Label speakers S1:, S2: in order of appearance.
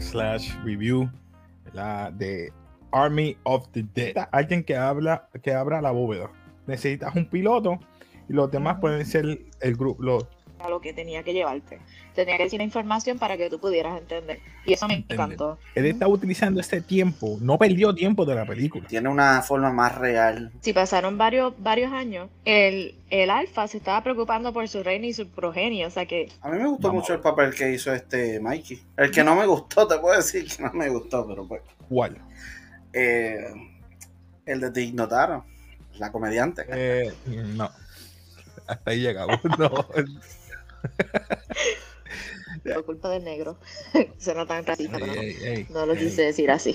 S1: slash review la de Army of the Dead. Alguien que habla, que abra la bóveda. Necesitas un piloto y los demás pueden ser el, el grupo, los
S2: a lo que tenía que llevarte. Tenía que decir la información para que tú pudieras entender. Y eso me
S1: Entender.
S2: encantó.
S1: Él está utilizando este tiempo, no perdió tiempo de la película.
S3: Tiene una forma más real.
S2: Si pasaron varios, varios años, el, el alfa se estaba preocupando por su reino y su progenie. O sea que
S3: A mí me gustó
S1: Vamos
S3: mucho
S1: a
S3: el papel que hizo este Mikey. El que no me gustó, te puedo decir que no me gustó, pero pues.
S1: ¿Cuál?
S3: eh, el de Dignotaro, la comediante.
S1: Eh, no. Hasta ahí llegamos. No.
S2: por culpa del negro. Suena tan racista, pero no.
S1: Ey, ey, ey.
S2: no lo
S1: Ey.
S2: quise decir así.